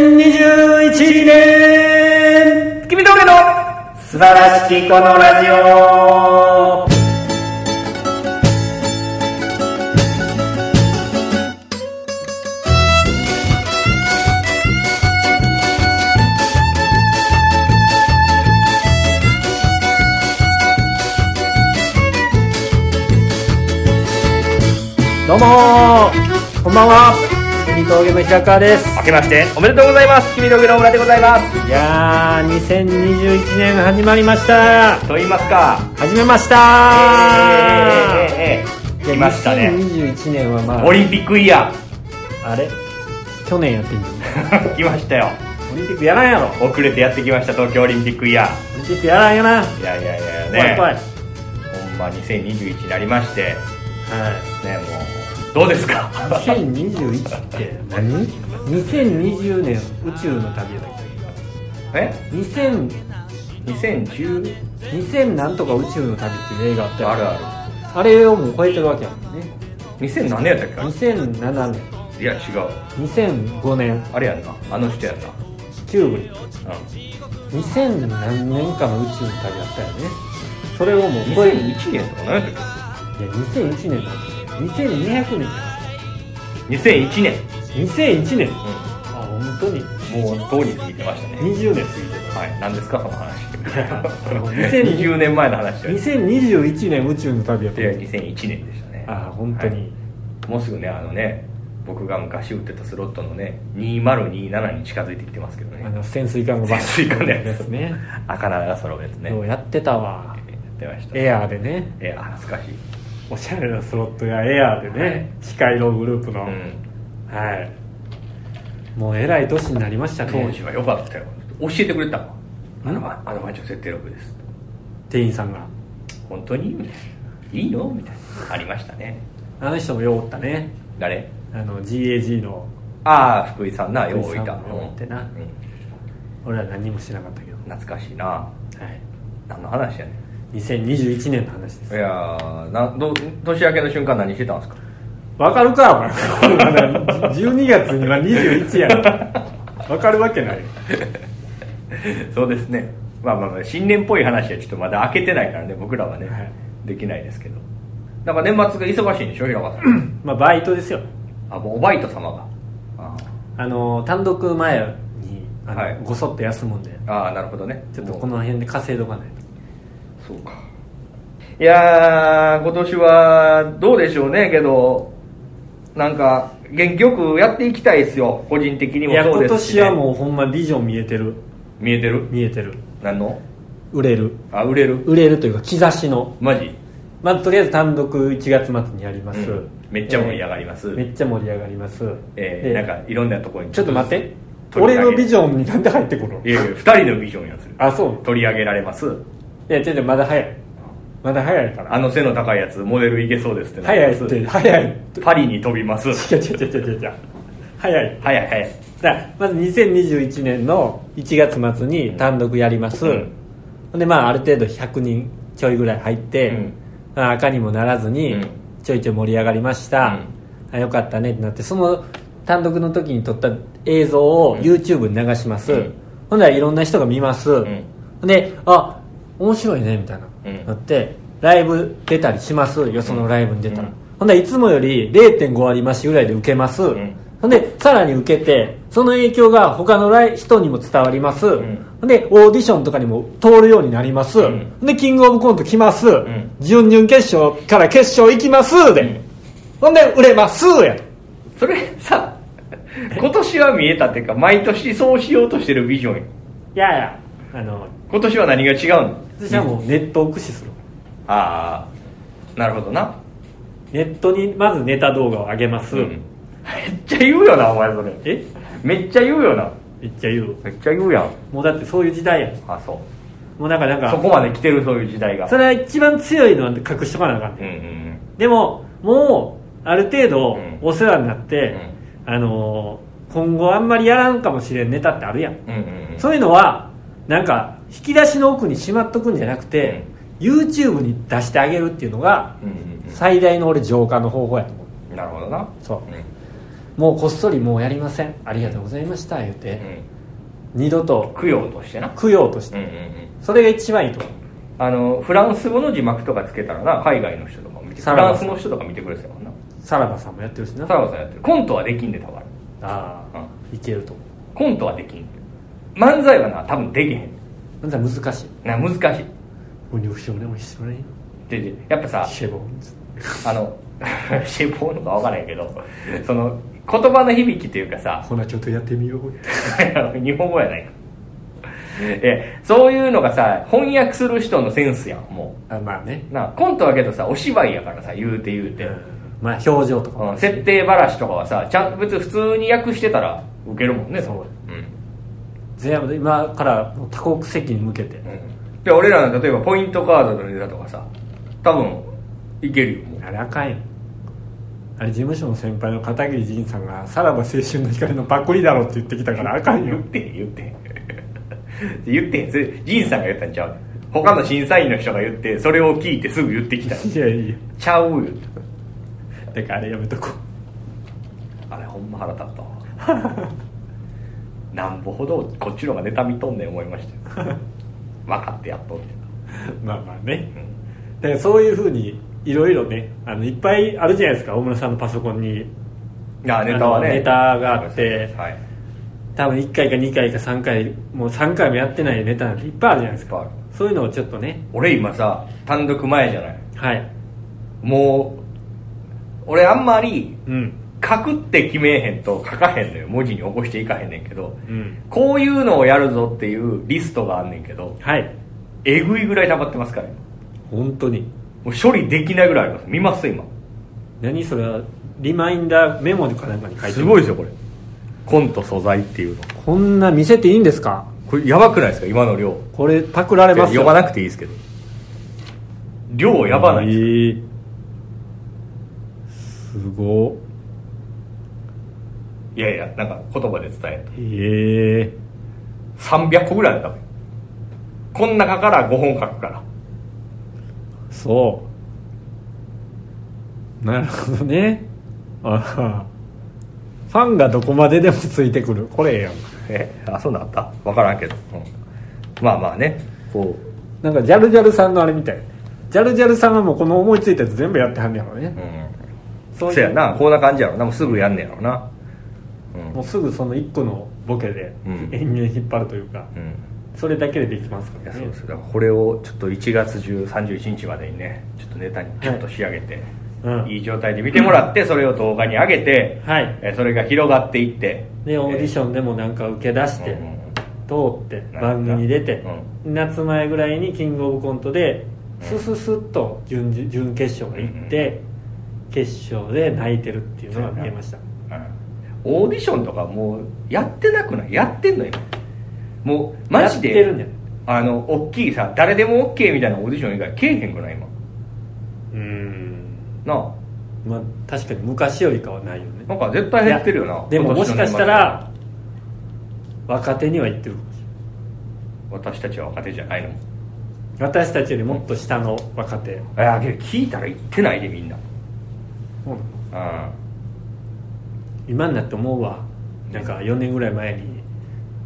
2021年君峠の素晴らしきこのラジオどうもーこんばんは君峠の平川です明けましておめでとうございます君のグの村でございますいやー2021年始まりましたと言いますか始めましたえーーえーえーえー来ましたね2021年はまあオリンピックイヤあれ去年やってんじゃんー 来ましたよオリンピックやらんやろ遅れてやってきました東京オリンピックイヤーオリンピックやらんやないやいやい怖やい怖いねほんま2021になりましてはねもうどうですかい2021って何2020年宇宙の旅だっ えけ2000 2010 2000なんとか宇宙の旅っていう映画あっあたるよああれをもう超えてるわけやもんねる2000何年やったっけあ2007年れいや違う2005年あれやんなあの人やんなキューブリックう2000何年かの宇宙の旅だったよねそれをもうん超えいや2001年とか何やったっ2001年だよ2200年け2001年2001年あ本当にうんもうとうに過ぎてましたね20年過ぎてはい、何ですかその話2020 20年前の話ただよい2021年宇宙の旅やったや2001年でしたねあ本当はにいもうすぐねあのね僕が昔売ってたスロットのね2027に近づいてきてますけどあねの潜水艦のバ潜水艦のやつですね赤なが揃うやつねようややってたわってましたエアーでねえあ懐かしいおしゃれなスロットやエアーでね機械のグループのうんはいもうえらい年になりました当ね時は良かったよ教えてくれたもんあのあの番長設定録です店員さんが本当にみたいないいのみたいなありましたねあの人もようおったね誰あの GAG のああ福井さんなよういた福井さんもよういてなうん俺ら何もしてなかったけど懐かしいなはい何の話やねん2021年の話ですいやーなど年明けの瞬間何してたんですかわかるかお前 12月には21やろわかるわけないよ そうですねまあまあまあ新年っぽい話はちょっとまだ開けてないからね僕らはね、はいできないですけどなんか年末が忙しいんでしょ平川さんまあバイトですよ あもうおバイト様がああの単独前にあの、はいごそっと休むんでーあーなるほどねちょっとこもの辺で稼いどかないうそうかいやー今年はどうでしょうねけどなんか元気よくやっていきたいですよ個人的にいもやそう今ですし、年ね、はもうほんまビジョン見えてる見えてる見えてる何の売れるあ売れる売れるというか兆しのマジまずとりあえず単独1月末にやります、うんめっちゃ盛り上がりますえーめっちゃ盛り上がりますえーでなんかいろんなところにちょっと待って取り俺上げのビジョンになんで入ってくるのいやいや2人のビジョンやつあそう取り上げられますいやちょっとまだ早いまだ早いからあの背の高いやつモデルいけそうですってなり早まいすって早いってパリに飛び ます違う違う違う違う違う早い早い早いだからまず2021年の1月末に単独やります、うんほんでまあある程度100人ちょいぐらい入って、うんまあ、赤にもならずにうんちょいちょい盛り上がりました、あよかったねってなってその単独の時に撮った映像をうん YouTube に流します、うんほんならいろんな人が見ます、んほんであ面白いねみたいな、うんなってライブ出たりしますよそのライブに出たら、うんほんでいつもより0.5割増しぐらいで受けます、んほんでさらに受けてその影響が他のライ人にも伝わります、んほんでオーディションとかにも通るようになります、うんほんでキングオブコント来ます、ん準々決勝から決勝行きますで、うんほんで売れますやそれさ今年は見えたっていうか毎年そうしようとしてるビジョンよいやいやあの今年は何が違うの私はもうネットを駆使するああなるほどなネットにまずネタ動画を上げます、うんめっちゃ言うよなお前それえめっちゃ言うよなめっちゃ言うめっちゃ言うやんもうだってそういう時代やんあそうもうなんかなんかそこまで来てるそういう時代がそれは一番強いのは隠しとかなあかんねうんうんでももうある程度うんお世話になって、あのー今後あんまりやらんかもしれんネタってあるやん、うんうんうんうんそういうのはなんか引き出しの奥にしまっとくんじゃなくて、YouTube に出してあげるっていうのがうんうんうん最大の俺浄化の方法やと思うなるほどなそうもうこっそりもうやりませんありがとうございました言って、二度と供養としてな供養としうて、んうんうんそれが一番いいと思うあのフランス語の字幕とかつけたらな海外の人とか見てフさらばランスの人とか見てくれてたもんなさらばさんもやってるしなさらばさんやってるコントはできんでたからああ、いけると思コントはできん漫才はな多分できへんうなんか難しいな難しいお入賞ねも必要ねででやっぱさシェボンあのシェイプホーのか分からへんけどその言葉の響きというかさほなちょっとやってみよう 日本語やないかえそういうのがさ翻訳する人のセンスやんもあまあねうなコントはけどさお芝居やからさ言うて言うて、まあ表情とかもうん設定話とかはさちゃん別に普通に訳してたらウケるもんねそうん全部今からもう多国籍に向けてうんで俺らの例えばポイントカードのネタとかさ多分いけるよもうあれあかんよあれ事務所の先輩の片桐仁さんが「さらば青春の光のパクリだろ」って言ってきたからあかんよ言ってへん言ってへん 言ってへんそれジンさんが言ったんちゃう他の審査員の人が言ってそれを聞いてすぐ言ってきたいやいやちゃうよだからあれやめとこあれほんま腹立ったわなんぼほどこっちの方が妬みとんねん思いましたよ分かってやっとってうまあまあねだからそういうふうにいろいろねあのいっぱいあるじゃないですか大村さんのパソコンにあネタはねあのネタがあってはいいっ多分1回か2回か3回もう3回もやってないネタなんていっぱいあるじゃないですかぱいあるそういうのをちょっとね俺今さ単独前じゃないはいもう俺あんまりうん書くって決めへんと書かへんのよ文字に起こしていかへんねんけどうんこういうのをやるぞっていうリストがあんねんけどはいえぐいぐらい溜まってますから今本当にもう処理できないぐらいあります見ます今何それはリマインダーメモかなんかに書いてすごいですよこれコント素材っていうのこんな見せていいんですかこれやばくないですか今の量これパクられますよ呼ばなくていいですけど量やばないですかえーすごっいやいやなんか言葉で伝えんとええ300個ぐらいある多分こん中から5本書くからそうなるほどねあはファンがどこまででもついてくるこれええやんえあそうなった分からんけど、うんまあまあねこなんかジャルジャルさんのあれみたいジャルジャルさんはもうこの思いついたやつ全部やってはんねやろねう、うん、そそうういうやなこんな感じやろなもうすぐやんねやろなもうすぐその1個のボケでうん延々引っ張るというか、うんそれだけでできますかいらやねそうですだからこれをちょっと1月中31日までにねちょっとネタにちょっと仕上げて、うんいい状態で見てもらってそれを動画に上げて、はいえそれが広がっていってでオーディションでもなんか受け出して、うんうんうん通ってなんか番組に出て、う夏前ぐらいにキングオブコントでスススッと準々準決勝が行って、決勝で泣いてるっていうのが見えましたうんオーディションとかもうやってなくないやってんのよもうマジでやってるんだよあの大きいさ誰でも OK みたいなオーディション以外けえへんくない今うんなあまあ確かに昔よりかはないよねなんか絶対減ってるよいやなでも今も年しのか年し末たら若手には行ってるかもしれない私たちは若手じゃないのも私たちよりもっと下の若手いやけど聞いたら言ってないでみんなうん今になって思うわなんか4年ぐらい前に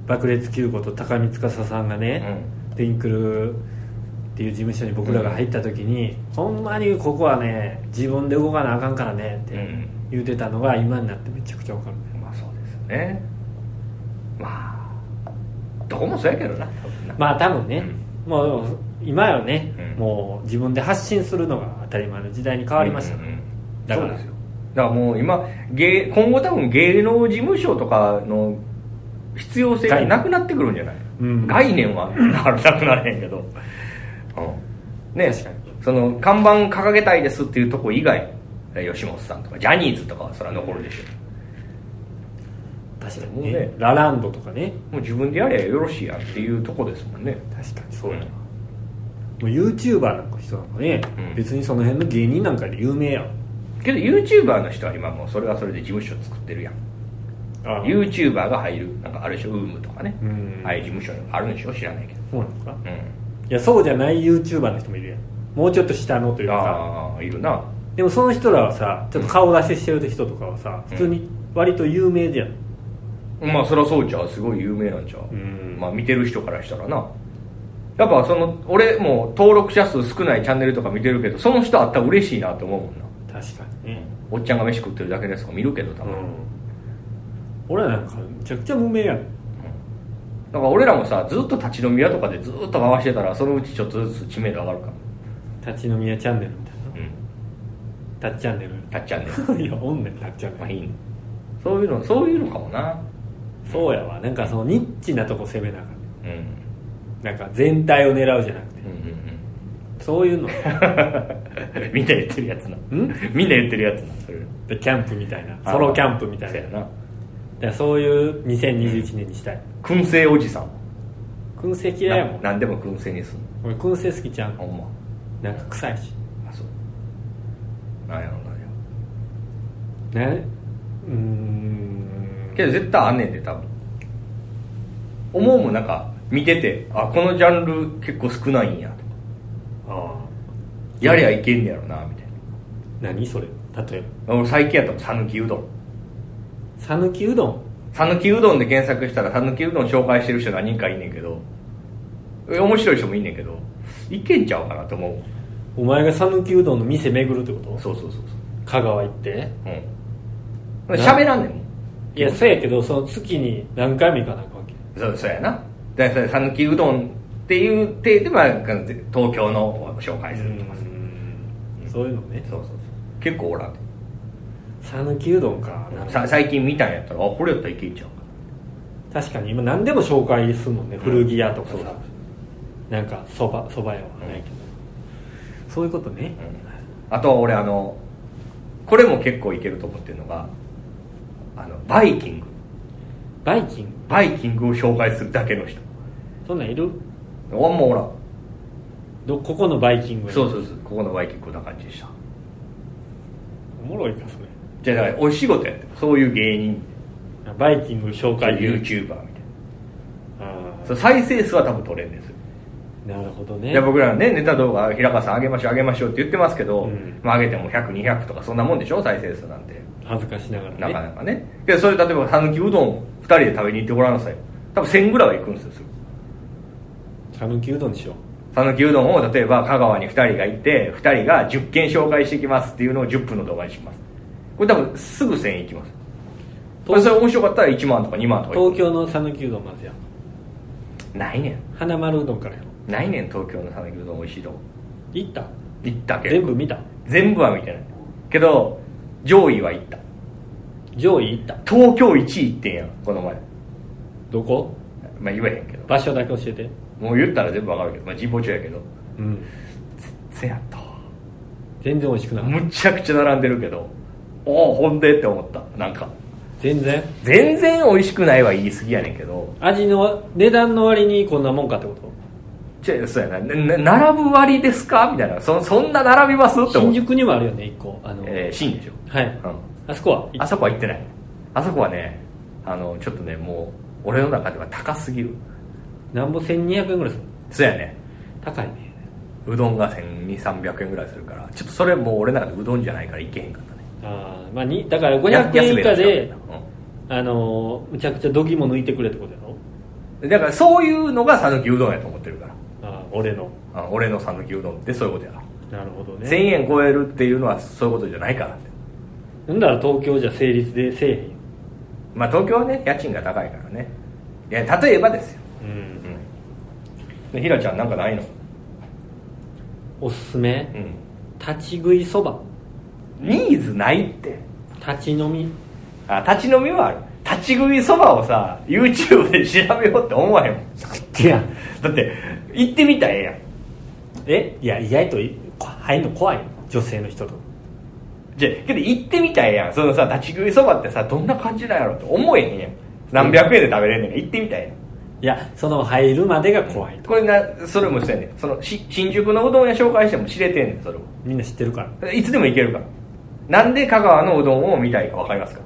爆裂キューこと高見司さんがね、ティンクルっていう事務所に僕らが入った時に、ほんまにここはね自分で動かなあかんからねっうてん言うてたのが今になってめちゃくちゃ分かるねまあそうですよねまあどこもそうやけどな多分なまあ多分ね、もう今よね、うんもう自分で発信するのが当たり前の時代に変わりました、うんうんうんだからそうですよだからもう今芸今後多分芸能事務所とかの必要性がなくなってくるんじゃない、うん概念はなくなれへんけど、うん、ね確かにその看板掲げたいですっていうとこ以外吉本さんとかジャニーズとかはそれは残るでしょ確かにねもうねラランドとかねもう自分でやればよろしいやんっていうとこですもんね確かにそういうのもう YouTuber の人なんかね、うん別にその辺の芸人なんかより有名やんけど YouTuber の人は今もうそれはそれで事務所作ってるやんあ YouTuber が入るなんかあるでしょ UM とかね、うんああいう事務所あるんでしょ知らないけどそうなのかうんいやそうじゃない YouTuber の人もいるやんもうちょっと下のというかさああいるなでもその人らはさちょっと顔出ししてる人とかはさ普通に割と有名じゃんまあそりゃそうちゃうすごい有名なんちゃう、うんまあ見てる人からしたらなやっぱその俺も登録者数少ないチャンネルとか見てるけどその人あったら嬉しいなって思うもんな確かにねおっちゃんが飯食ってるだけですとか見るけど多う分、ん俺らなんかめちゃくちゃ無名やんだから俺らもさずっと立ち飲み屋とかでずっと回してたらそのうちちょっとずつ知名度上がるかも立ち飲み屋チャンネルみたいうんなタッチャンネたっちゃんねル いやおんねんタッチャンまあネいルいのそういうのそういうのかもなそうやわなんかそのニッチなとこ攻めなあかんねうんんなんか全体を狙うじゃなくてうんそういうのうんうん みんな言ってるやつなんみんな言ってるやつなそれ でキャンプみたいなソロキャンプみたいそなうやなだからそういう2021年にしたい燻製おじさん燻製嫌いやもんな何でも燻製にすんの俺燻製好きちゃほうんまなんか臭いしあそうなんやろなんやろねうーんけど絶対あんねんで多分思うもんなんか見ててあこのジャンル結構少ないんやとかああやりゃいけんねやろなみたい何それ例えばな俺最近やったら讃岐うどん讃岐うどん讃岐うどんで検索したら讃岐うどん紹介してる人何人かいんねんけどえ面白い人もいんねんけどいけんちゃうかなと思うお前が讃岐うどんの店巡るってことそうそうそう香川行ってそううん喋らんねんもんいやそうやけどその月に何回も行かなあかんわけそうそうやなだからさぬきうどんっていう手で、まあ、東京のを紹介するとかさそういうのねそうそうそう結構おらん讃岐うどんかなさ最近見たんやったらあこれやったらいけんちゃうか確かに今何でも紹介するもんね古着屋とかそうそさうなんかそばそば屋はないけどそういうことねなあとは俺あのこれも結構いけると思ってるのがあのバイキングバイキングバイキングを紹介するだけの人そんなんいるあんまおらんどここのバイキングやそうそうそうここのバイキングこんな感じでしたおもろいかそれじゃあだからお仕事やってるそういう芸人バイキング紹とか介 YouTuber みたいあなそう再生数は多分取れんですよーなるほどねいや僕らねネタ動画平川さん上げましょう上げましょうって言ってますけど、うんまあ、上げても100200とかそんなもんでしょ再生数なんて恥ずかしながらねなかなかねけどそれ例えば讃岐うどん2人で食べに行ってごらんなさい多分1000ぐらいはいくんですよ讃岐うどんにしよう讃岐うどんを例えば香川に2人がいて2人が10件紹介してきますっていうのを10分の動画にしますこれ多分すぐ1000いきますこれそれ面白かったら1万とか2万とかいく東京の讃岐うどんまずやろないねんう花丸うどんからやろうないねん東京の讃岐うどん美味しいとこ行った行ったけど全部見た全部は見てないけど上位は行った上位行った東京1位行ってんやんこの前どこまあ言えへんけど場所だけ教えてもう言ったら全部わかるけどまあ人望中やけどうんせやった全然美味しくなかったむちゃくちゃ並んでるけどおおほんでって思ったなんか全然全然美味しくないは言い過ぎやねんけど味の値段の割にこんなもんかってこちょそうやななな並ぶ割ですかみたいなそそんな並びますってと思っ新た宿にもあるよね一個あの、えー、新でしょはい、うんあそこは行あっそこは行ってないあそこはねあのちょっとねもう俺の中では高すぎるなんぼ1200円ぐらいするそうやね高いねうどんが1200300円ぐらいするからちょっとそれもう俺の中でうどんじゃないから行けへんかったねあーまあにだから500円以下で、うあのーむちゃくちゃ度肝抜いてくれってことやろんだからそういうのが讃岐うどんやと思ってるからあー俺のあ俺の讃岐うどんってそういうことやから、なるほど1000ね円超えるっていうのはそういうことじゃないからってなんだら東京じゃ成立でせえへんよまあ東京はね家賃が高いからねいや例えばですようんでひらちゃんなんかないのおすすめうん立ち食いそばニーズないって立ち飲みあ立ち飲みはある立ち食いそばをさ YouTube で調べようって思わへんもんいやだって行ってみたらええやんえいや意外といこ入るの怖いよ女性の人とじゃあけど行ってみたいやんそのさ立ち食いそばってさどんな感じなんやろって思えへんやん何百円で食べれんねんから行ってみたいやんいやその入るまでが怖いとこれなそれもそうやねんそのし新宿のうどん屋紹介しても知れてんねんそれもみんな知ってるからいつでも行けるからなんで香川のうどんを見たいか分かりますか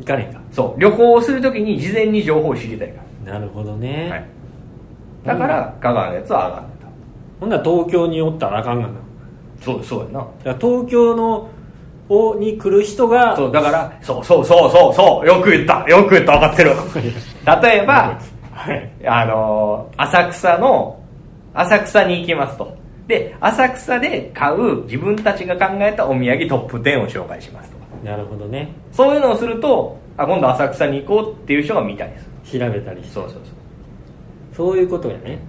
行かねえかそう旅行をするときに事前に情報を知りたいかなるほどら、ね、はい、だから香川のやつは上がってほんなら東京におったらあかんがなたそうそうやだなから東京のをに来る人がそうだからそうそうそうそうそうよく言ったよく言った分かってる例えばはいあのー浅草の浅草に行きますとで浅草で買う自分たちが考えたお土産トップ10を紹介しますとかなるほどねそういうのをするとあ今度浅草に行こうっていう人が見たりする調べたりしてそうそうそういうことやね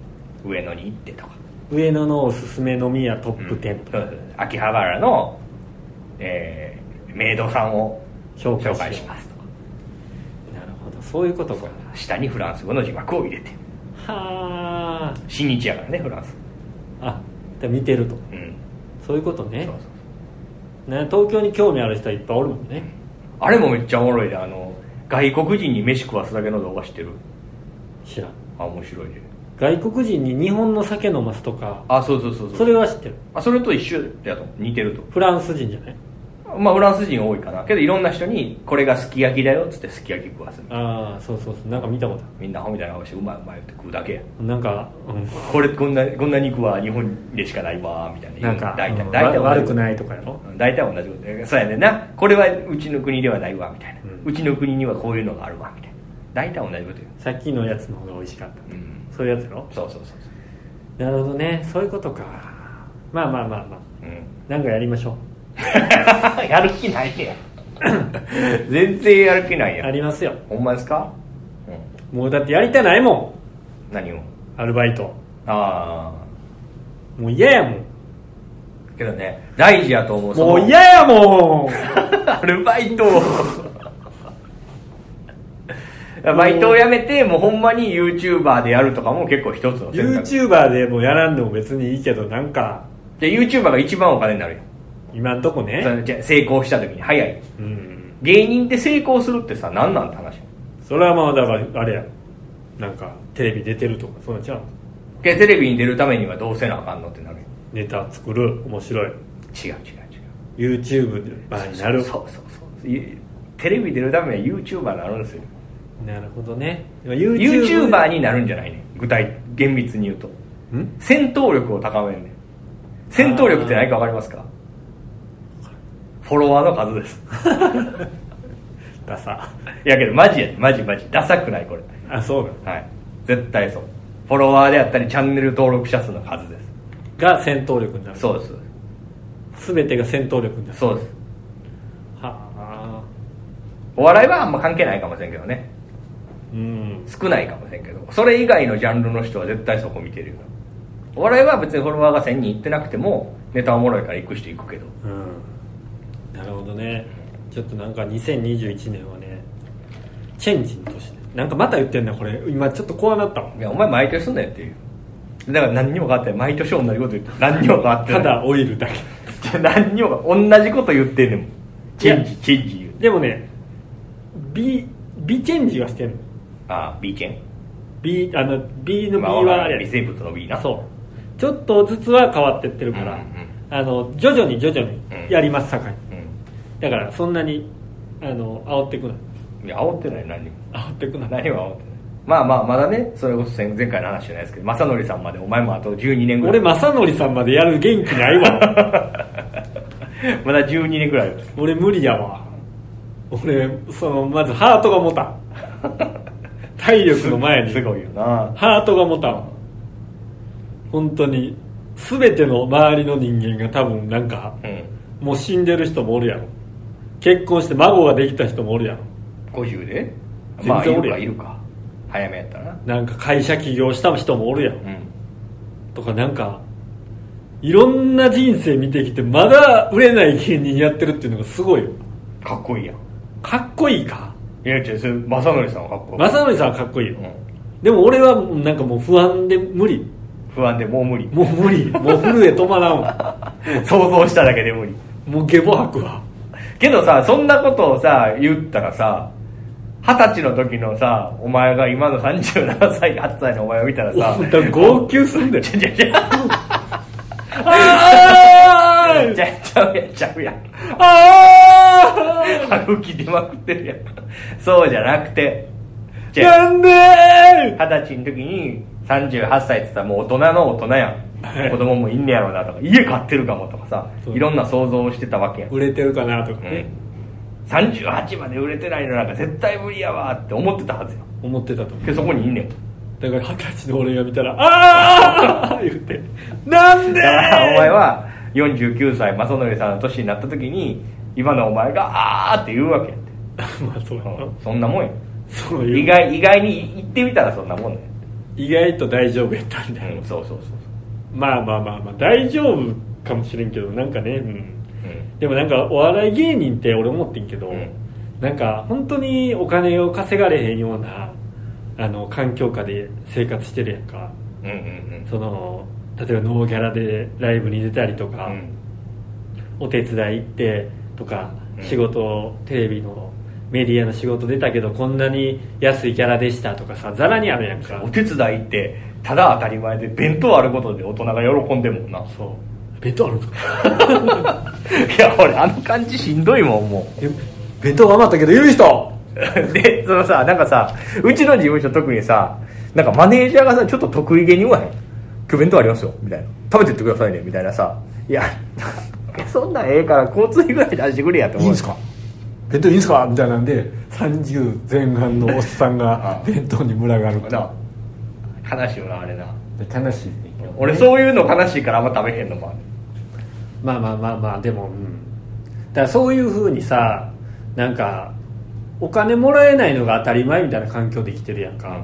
そう上野に行ってとか上野のおすすめ飲み屋トップ10とうかん秋葉原の、えーメイドさんを紹介紹しよう介しますとかなるほどそういうことか下にフランス語の字幕を入れてはー新日やからねフランスあで見てるとうんそういうことねそうそうそうね東京に興味ある人はいっぱいおるもんねあれもめっちゃおもろいであの外国人に飯食わすだけの動画知ってる知らんあ面白いね外国人に日本の酒飲ますとかあそうそうそうそうそれは知ってるあそれと一緒やと似てるとフランス人じゃないまあフランス人多いかなけどいろんな人にこれがすき焼きだよっつってすき焼き食わすああそうそうそうなんか見たことあみんなアホみたいな顔してうまいうまいって食うだけやるなんか、うん、これこんなこんな肉は日本でしかないわーみたいななんか大体うん大体わ悪くいないとかやろ大体同じことでそうやねんなこれはうちの国ではないわみたいな、ううんちの国にはこういうのがあるわみたいな大体同じことよ、さっきのやつの方が美味しかったうん、そういうやつやろそうそうそうそなるほどねそういうことかまあまあまあまあう、うんなんかやりましょ やる気ないやん 全然やる気ないうやあんりますよほんまですか、うん、もうだってやりたないも何をんアルバイトああもう嫌やもんけどね大事やと思うもうや嫌や もんアルバイト をバイトをやめてもうほんまに YouTuber でやるとかも結構一つの選択 YouTuber でもやらんでも別にいいけどなんかで YouTuber が一番お金になるよ今んとこそねのじゃあ成功した時に早いうん芸人って成功するってさ何なんて話それはまあだからあれやなんかテレビ出てるとかそうなんちゃうでテレビに出るためにはどうせなあかんのってなるよネタ作る面白い違う違う違う YouTube で場になるそうそうそういテレビ出るためには YouTuber になるんですよなるほどね YouTuber になるんじゃないね具体厳密に言うとん戦闘力を高めるね戦闘力って何か分かりますかフォロワーの数です ダサいやけどマジやでマジマジダサくないこれあそうなのはい絶対そうフォロワーであったりチャンネル登録者数の数でが戦闘力になるすそうです全てが戦闘力になるそうですはあお笑いはあんま関係ないかもしれんけどねうん少ないかもしれんけどそれ以外のジャンルの人は絶対そこ見てるよなお笑いは別にフォロワーが1000人いってなくてもネタおもろいから行く人行くけどうんなるほどねちょっとなんか2021年はねチェンジンとしてなんかまた言ってんねこれ今ちょっと怖なったわいやお前毎年すんなよっていうだから何にも変わってない毎年同じこと言って何にも変わってなたいだオイルだけじゃあ 何にも同じこと言ってんねんもんチェンジチェンジ言うでもね美美チェンジはしてんのああ B チェン美あの美の美まあわはかあるれ微や生物の B なそうちょっとずつは変わってってるから、うんうんあの徐々に徐々にうんやりますさかいにうんだからそんなにあの煽ってくないいや煽ってない何にも煽ってくない何も煽ってないまあまあまだねそれこそ前前回の話じゃないですけど正則さんまでお前もあと12年ぐら俺い正則さんまでやる元気ないわ まだ12年ぐらいです俺無理やわ俺そのまずハートが持たん体力の前にすごいよなハートが持たんわ本当に全ての周りの人間が多分なんかうんもう死んでる人もおるやろ結婚して孫ができた人もおるやろ50で全然まあいおるるやかんいるか早めやったらななんか会社起業した人もおるやろうんとかなんかいろんな人生見てきてまだ売れない芸人やってるっていうのがすごいよかっこいいやんかっこいいかいや違うそれ正則さんはかっこいい、正則さんはかっこいいようんでも俺はなんかもう不安で無理不安でもう無理もう無理もう震え止まらんわ想像しただけで無理もう下ボ吐くわけどさそんなことをさ言ったらさ二十歳の時のさお前が今の37歳8歳のお前を見たらさだから号泣すんだよちゃちゃちゃあーちゃちゃうやんちゃうやんあー歯茎出まくってるやんそうじゃなくてじゃなんで 二十歳の時に38歳って言ったらもう大人の大人やん子供もいんねやろうなとか家買ってるかもとかさそういろんな想像をしてたわけやん、売れてるかなとかうんね、、 38まで売れてないのなんか絶対無理やわって思ってたはずよ思ってたと思でそこにいんねんうだから二十歳の俺が見たら「ああ!」言って「なんで!」だからお前は49歳正則さんの年になった時に今のお前が「あー」って言うわけやって、 まあそうやなそんなもんやそういう意外意外に言ってみたらそんなもんね、意外と大丈夫やったんだよ、うん、そうそうそうそまあまあまあまあ大丈夫かもしれんけどなんかね、うん、う、うんでもなんかお笑い芸人って俺思ってんけど、うんなんか本当にお金を稼がれへんようなあの環境下で生活してるやんかうんうんその例えばノーギャラでライブに出たりとか、うんお手伝い行ってとか、うん仕事テレビのメディアの仕事出たけどこんなに安いキャラでしたとかさざらにあるやんかお手伝いってただ当たり前で弁当あることで大人が喜んでんもんなそう弁当あるんですか いや俺あの感じしんどいもんも え弁当余ったけど言う人 うでそのさなんかさうちの事務所特にさなんかマネージャーがさちょっと得意げに言わへん「今日弁当ありますよ」みたいな「食べてってくださいね」みたいなさいや そんなんええから交通費ぐらい出してくれやって思う弁当いいんすかみたいなんで30前半のおっさ んあが弁当に群がるかな悲しいよなあれな悲しいね俺そういうの悲しいからあんま食べへんのもあるまあまあまあまあでもうんだからそういうふうにさなんかお金もらえないのが当たり前みたいな環境で生きてるやんか、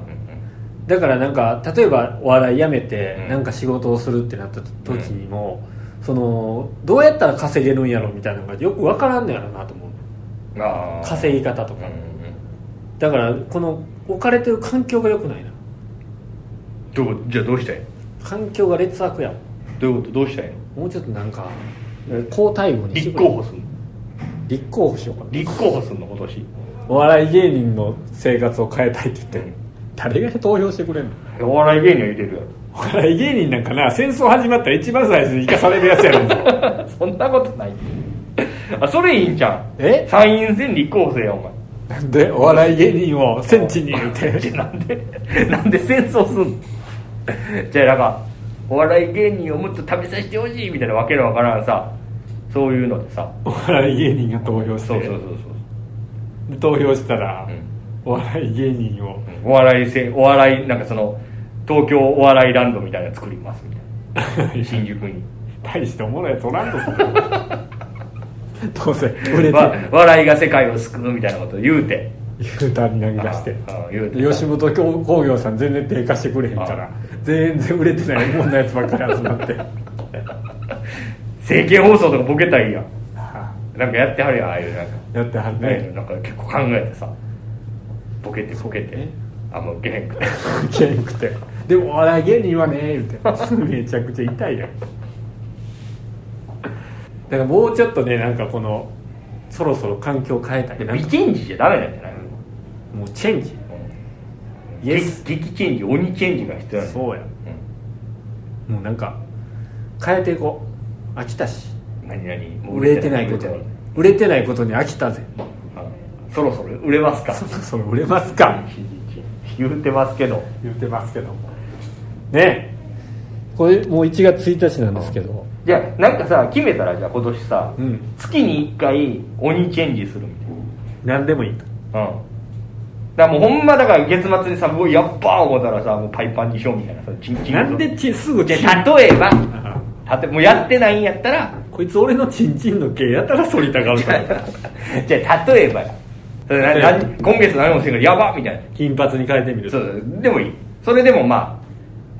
だからなんか例えばお笑いやめてうんなんか仕事をするってなった時にも、そのどうやったら稼げるんやろみたいなのがよく分からんのやろなと思うあー稼ぎ方とうんか、うだんからこの置かれてる環境が良くないなどうじゃあどうしたい環境が劣悪やわどういうことどうしたいのもうちょっとなんか交代後に立候補するの立候補しようかな立候補するの今年お笑い芸人の生活を変えたいって言って、誰が投票してくれんのお笑い芸人は入れるお笑い芸人なんかな戦争始まったら一番最初に生かされるやつやろ もうやろ そんなことないあそれいいんじゃんえ参院選立候補せえやお前なんでお笑い芸人を戦地に入れじてゃ なんでなんで戦争すんのじゃあなんかお笑い芸人をもっと食べさせてほしいみたいなわけのわからんさそういうのでさお笑い芸人が投票してそうそうそうで投票したら、うんお笑い芸人をそうお笑いせお笑いなんかその東京お笑いランドみたいなの作りますみたい な新宿に大しておもろいやつおらんとする どうせ売れてわ笑いが世界を救うみたいなこと言うて U ターンに投げ出してああ言うて吉本興業さん全然低下してくれへんかあら全然売れてないもんなやつばっかり集ま って政見放送とかボケたいやんあなんかやってはるやんああいうなんか、あやってはるね、ねなんか結構考えてさボケてボケて、ねあんま受けへんくてけんくてでもお笑い芸人はね言うて めちゃくちゃ痛いやんだからもうちょっとねなんかこのそろそろ環境変えたいな微チェンジじゃダメなんじゃないもうチェンジイエス激激チェンジ鬼チェンジが必要なのそうやもうなんか変えていこう飽きたしうん何々もう売れてないこと売れにてない売れてないことに飽きたぜあそろそろ売れますかそろそろ売れますか言うてますけど言ってますけどもねえこれもう1月1日なんですけどじゃあなんかさ決めたらじゃあ今年さ、うん月に1回鬼チェンジするみたいな何でもいいとうんだからもうほんまだから月末にさもうやっばー思ったらさもうパイパンにしようみたいなさチンチンなんでちすぐでチ例ンえばたともうやってないんやったらこいつ俺のチンチンの毛やたら反りたがるから じゃあ例えばやそれなな今月何もせんからやばっみたいな金髪に変えてみるそうそうでもいいそれでもまあ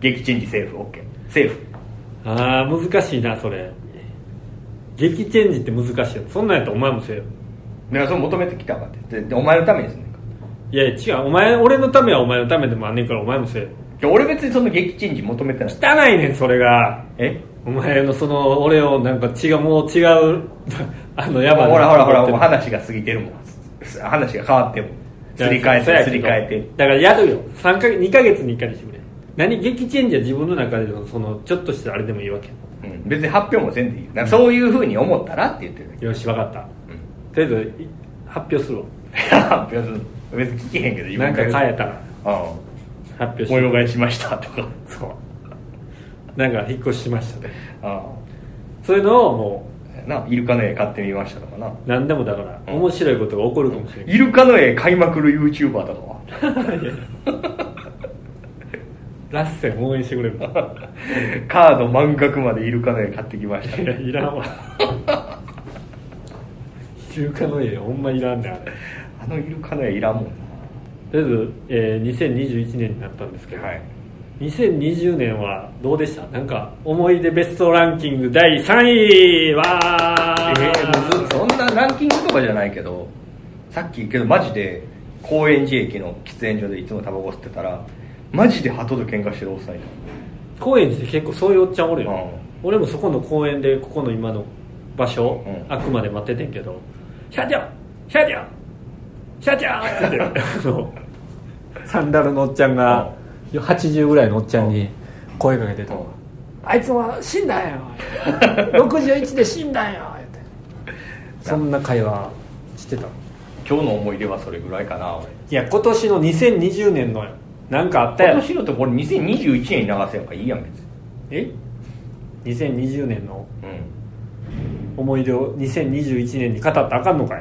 激チェンジセーフ OK セーフああ難しいなそれ激チェンジって難しいよそんなんやったらお前もせよだからそれ求めてきたかってででお前のためにすんねんかいやいや違うお前俺のためはお前のためでもあんねんからお前もせよじゃあ俺別にその激チェンジ求めてな汚いいねんそれがえお前のその俺をなんか違うもう違う あのほヤバらほらほらもう話が過ぎてるもん話が変わってもすり替えてすり替えてだからやるよ三か2ヶ月に1回にしてくれ何激チェンジは自分の中でのそのちょっとしたあれでもいいわけうん別に発表もせんでいいよなんかそういうふうに思ったらって言って るだよしわかった、んとりあえずい発表するわけ発表するの別に聞けへんけどなんか変えたらああ発表し模て様替えしましたとかそうなんか引っ越ししましたねあそういうのをもあなイルカの絵買ってみましたとかなう何でもだから面白いことが起こるかもしれない、イルカの絵買いまくる YouTuber とかは ラッセン応援してくれるカード満額までイルカの絵買ってきましたいやいらんわ中華の家ほんまいらんねんあれあのイルカの絵いらんもんとりあえず、えー2021年になったんですけど、なはい2020年はどうでしたなんか思い出ベストランキング第3位わー、えーむずそんなランキングとかじゃないけどさっきけどマジで高円寺駅の喫煙所でいつもタバコ吸ってたらマジで鳩と喧嘩してるおっさんい高円寺って結構そういうおっちゃんおるよ、う俺もそこの公園でここの今の場所、うんあくまで待っててんけど「社長社長社長!」って 言ってあのサンダルのおっちゃんが、80ぐらいのおっちゃんに声かけてたた、わあいつは死んだんよ 61で死んだんよ」ってそんな会話してたの今日の思い出はそれぐらいかな俺いや今年の2020年のなんかあったや今ろ年のとこれ2021年に流せんからいいやん別にえ2020年のう思い出を2021年に語ったらあかんのかい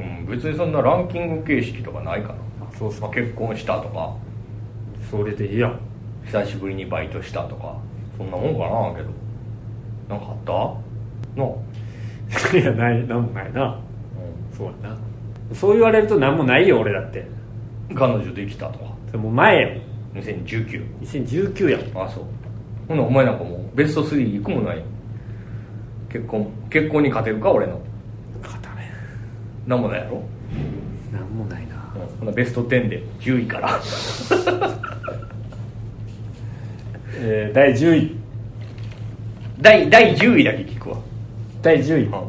ん、うん、別にそんなランキング形式とかないかな、そうそまあ、結婚したとかそれでいいやん久しぶりにバイトしたとかそんなもんかなけどなんかあったな あ、いやないなんもないなそうやなそう言われると何もないよ俺だってうん、彼女できたとかそれもう前よ2019 2019やんあそうほなお前なんかもうベスト3行くもないよ結婚結婚に勝てるか俺の語れなんもないやろ、何もないなうん、ほなベスト10で10位からえー、第10位第第10位だけ聞くわ、第10位うん、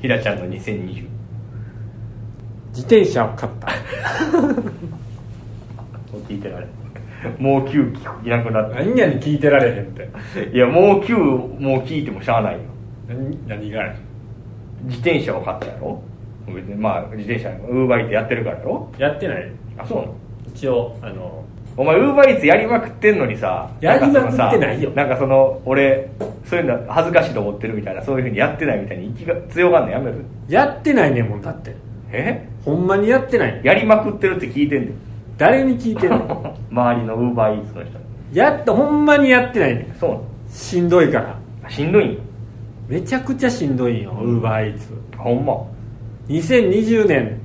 ひらちゃんの2020自転車を買ったもう聞いてられんもう9聞くいなくなっ何やに聞いてられへんってたいやもう9もう聞いてもしゃあないよ何何がや自転車を買ったやろ別にまあ自転車ウーバーイーツやってるからやろやってないあそうなの一応あのお前ウーバーイーツやりまくってんのにさやりまくってないよなんかその俺そういうの恥ずかしいと思ってるみたいなそういうふうにやってないみたいに息が強がんのやめるやってないねんもんだってえほんまにやってないやりまくってるって聞いてんねん誰に聞いてん の 周りのウーバーイーツの人にやっとほんまにやってないねそうなのんしんどいからあしんどいんよめちゃくちゃしんどいんよウーバーイーツほんま2020年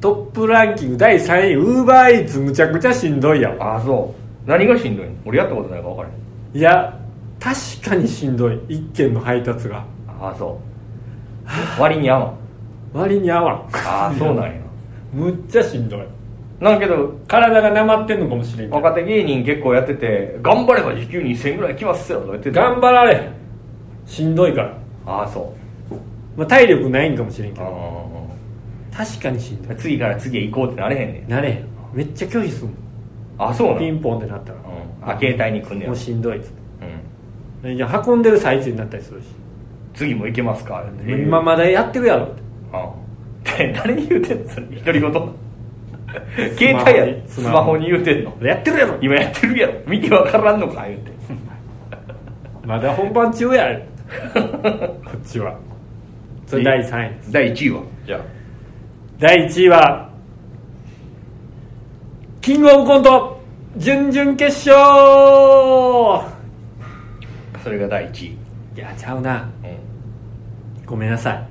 トップランキング第3位ウーバーイーツむちゃくちゃしんどいやわあそう何がしんどいん俺やったことないから分からへんいや確かにしんどい一件の配達がああそう割に合わん割に合わんああそうなんやむっちゃしんどいなんけど体がなまってんのかもしれんけど若手芸人結構やってて頑張れば時給2000ぐらい来ますよとか言ってた頑張られへんしんどいから、ああそうまあ、体力ないんかもしれんけどあ確かにしんどあい次から次へ行こうってなれへんねんなれへんめっちゃ拒否するもんあそうなんピンポンってなったら、うんあ携帯に来んねやもうしんどいっつっうんていや運んでる最中になったりするし、次も行けますかって今まだやってるやろってあで誰に言うてんのそれ独り言携帯やろススマホマホに言うてんのやってるやろ今やってるやろ見てわからんのか言うてまだ本番中やこっちはそれ第3位です第1位はじゃ第1位はキングオブコント準々決勝あそれが第1位いやちゃうなうんごめんなさい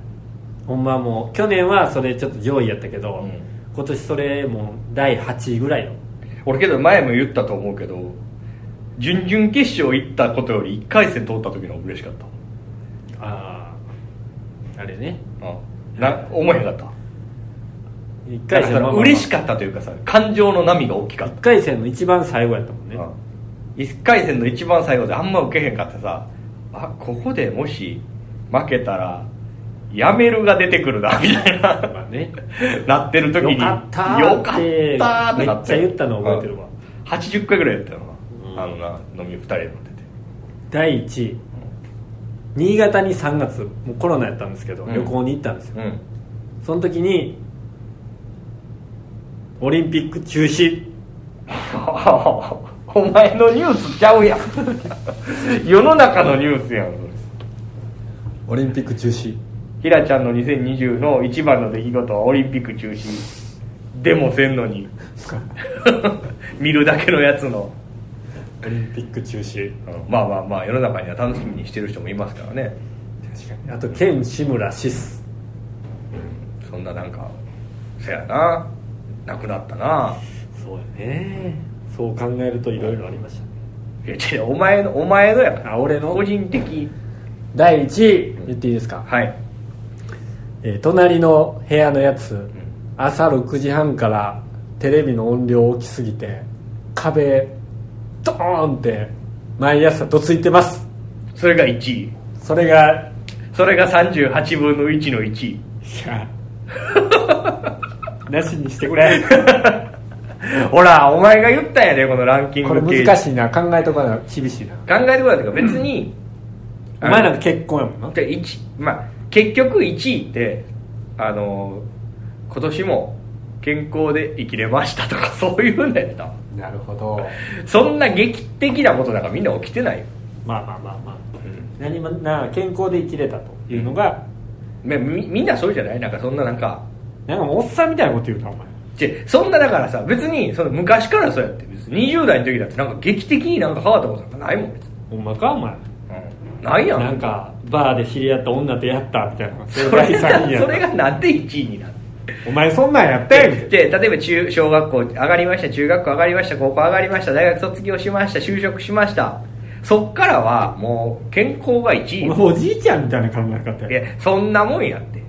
ほんまもう去年はそれちょっと上位やったけど、うん今年それもう第8位ぐらいの俺けど前も言ったと思うけど準々決勝行ったことより1回戦通った時の方が嬉しかったあああれねあな思えへんかった一だ回か戦らまあまあまあ嬉しかったというかさ感情の波が大きかっ一回戦の一番最後やったもんた、ね、 1回戦の一番最後であんま受けへんかったさあここでもし負けたらやめるが出てくるなみたいなまあねなってる時によかったーよかったーってなってめっちゃ言ったの覚えてるわうん80回ぐらいやったようんなあのな飲み2人で飲んでて第1位新潟に3月もうコロナやったんですけど、うん旅行に行ったんですようんその時にオリンピック中止 お前のニュースちゃうやん 世の中のニュースやんそれオリンピック中止ひらちゃんの2020の一番の出来事はオリンピック中止でもせんのに 見るだけのやつの、オリンピック中止うんまあまあまあ世の中には楽しみにしてる人もいますからね確かにあと県志村シスそんななんかせやななくなったなそうやねそう考えるといろいろありましたねいや違うお前のお前のやからあ俺の個人的第1位言っていいですか、はいえー隣の部屋のやつ、朝6時半からテレビの音量大きすぎて壁ドーンって毎朝どついてますそれが1位それがそれが38分の1の1位いや なしにしてくれ ほらお前が言ったんやでこのランキングこれ形式難しいな考えとかな厳しいな考えてくださいとか別に、お前なんか結婚やもんなで一まあ、結局1位ってあの今年も健康で生きれましたとか そういうんだよ多分なるほどそんな劇的なことなんかみんな起きてないよまあまあまあまあ、何もな健康で生きれたというのが、みみみんなそうじゃないなんかそんななんかなんかもうおっさんみたいなこと言うなお前ちぇそんなだからさ別にその昔からそうやって別に20代の時だってなんか劇的になんか変わったことなんかないもん別に、ほんまかお前うん、ないやんなんかバーで知り合った女とやったみたいなそそれれが第3位がやそれがなんで1位になるお前そんなんやったやんけで例えば中小学校上がりました中学校上がりました高校上がりました大学卒業しました就職しましたそっからはもう健康おが1位前おじいちゃんみたいな考え方いややそんなもんやって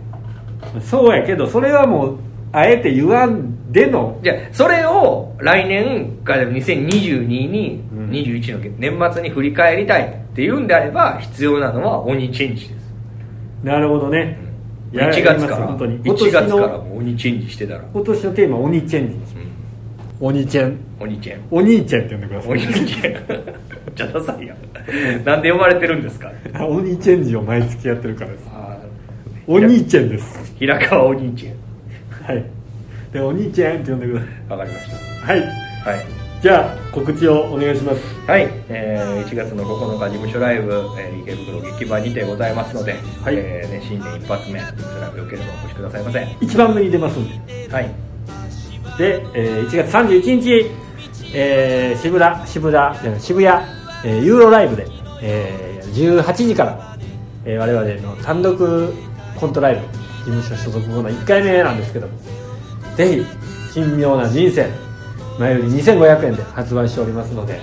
そうやけどそれはもうあえて言わんでのじゃあそれを来年から2022にうん21の年末に振り返りたいっていうんであれば必要なのは鬼チェンジですなるほどねいや1月やりますから本当に1月今年のからもう鬼チェンジしてたら、今年のテーマ鬼チェンジにしまうん、す鬼チェン鬼チェンお兄ちゃんって呼んでくださ鬼いチェンじゃあダサいやんなんで呼ばれてるんですか 鬼チェンジを毎月やってるからですあお兄ちゃんですー平川鬼チェンはいでお兄ちゃんって呼んでくださわかりましいはいたはいじゃあ告知をお願いしますはい、えー1月の9日事務所ライブ、えー池袋劇場にてございますので、はいえーね、新年一発目そちらもよければお越しくださいませは一番目に出ますんでいで、えー1月31日、えー渋谷渋谷じゃない渋谷、えーユーロライブで、えー18時から、えー我々の単独コントライブ事務所所属後の1回目なんですけどもぜひ「珍妙な人生」前より2500円で発売しておりますので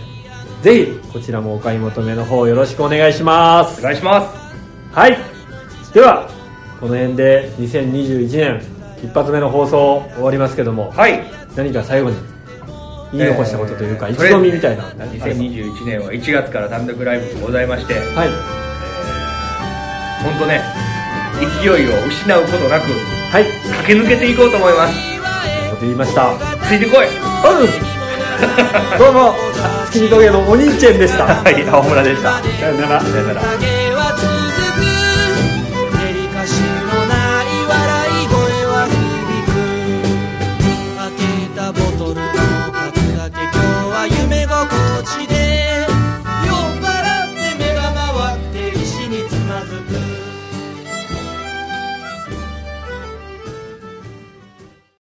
ぜひこちらもお買い求めの方よろしくお願いしますお願いしますはいではこの辺で2021年一発目の放送終わりますけどもはい何か最後に言い残したことというか、えー一度見みたいなとりあえずね2021年は1月から単独ライブもございましてはい本当ね勢いを失うことなくはい駆け抜けていこうと思いますこと言いましたうんついてこいどうも月見峠のお兄ちゃんでしたはい青村でしたさよならさよなら影は続く照りかしのない笑い声は響く開けたボトルの数だけ今日は夢心地で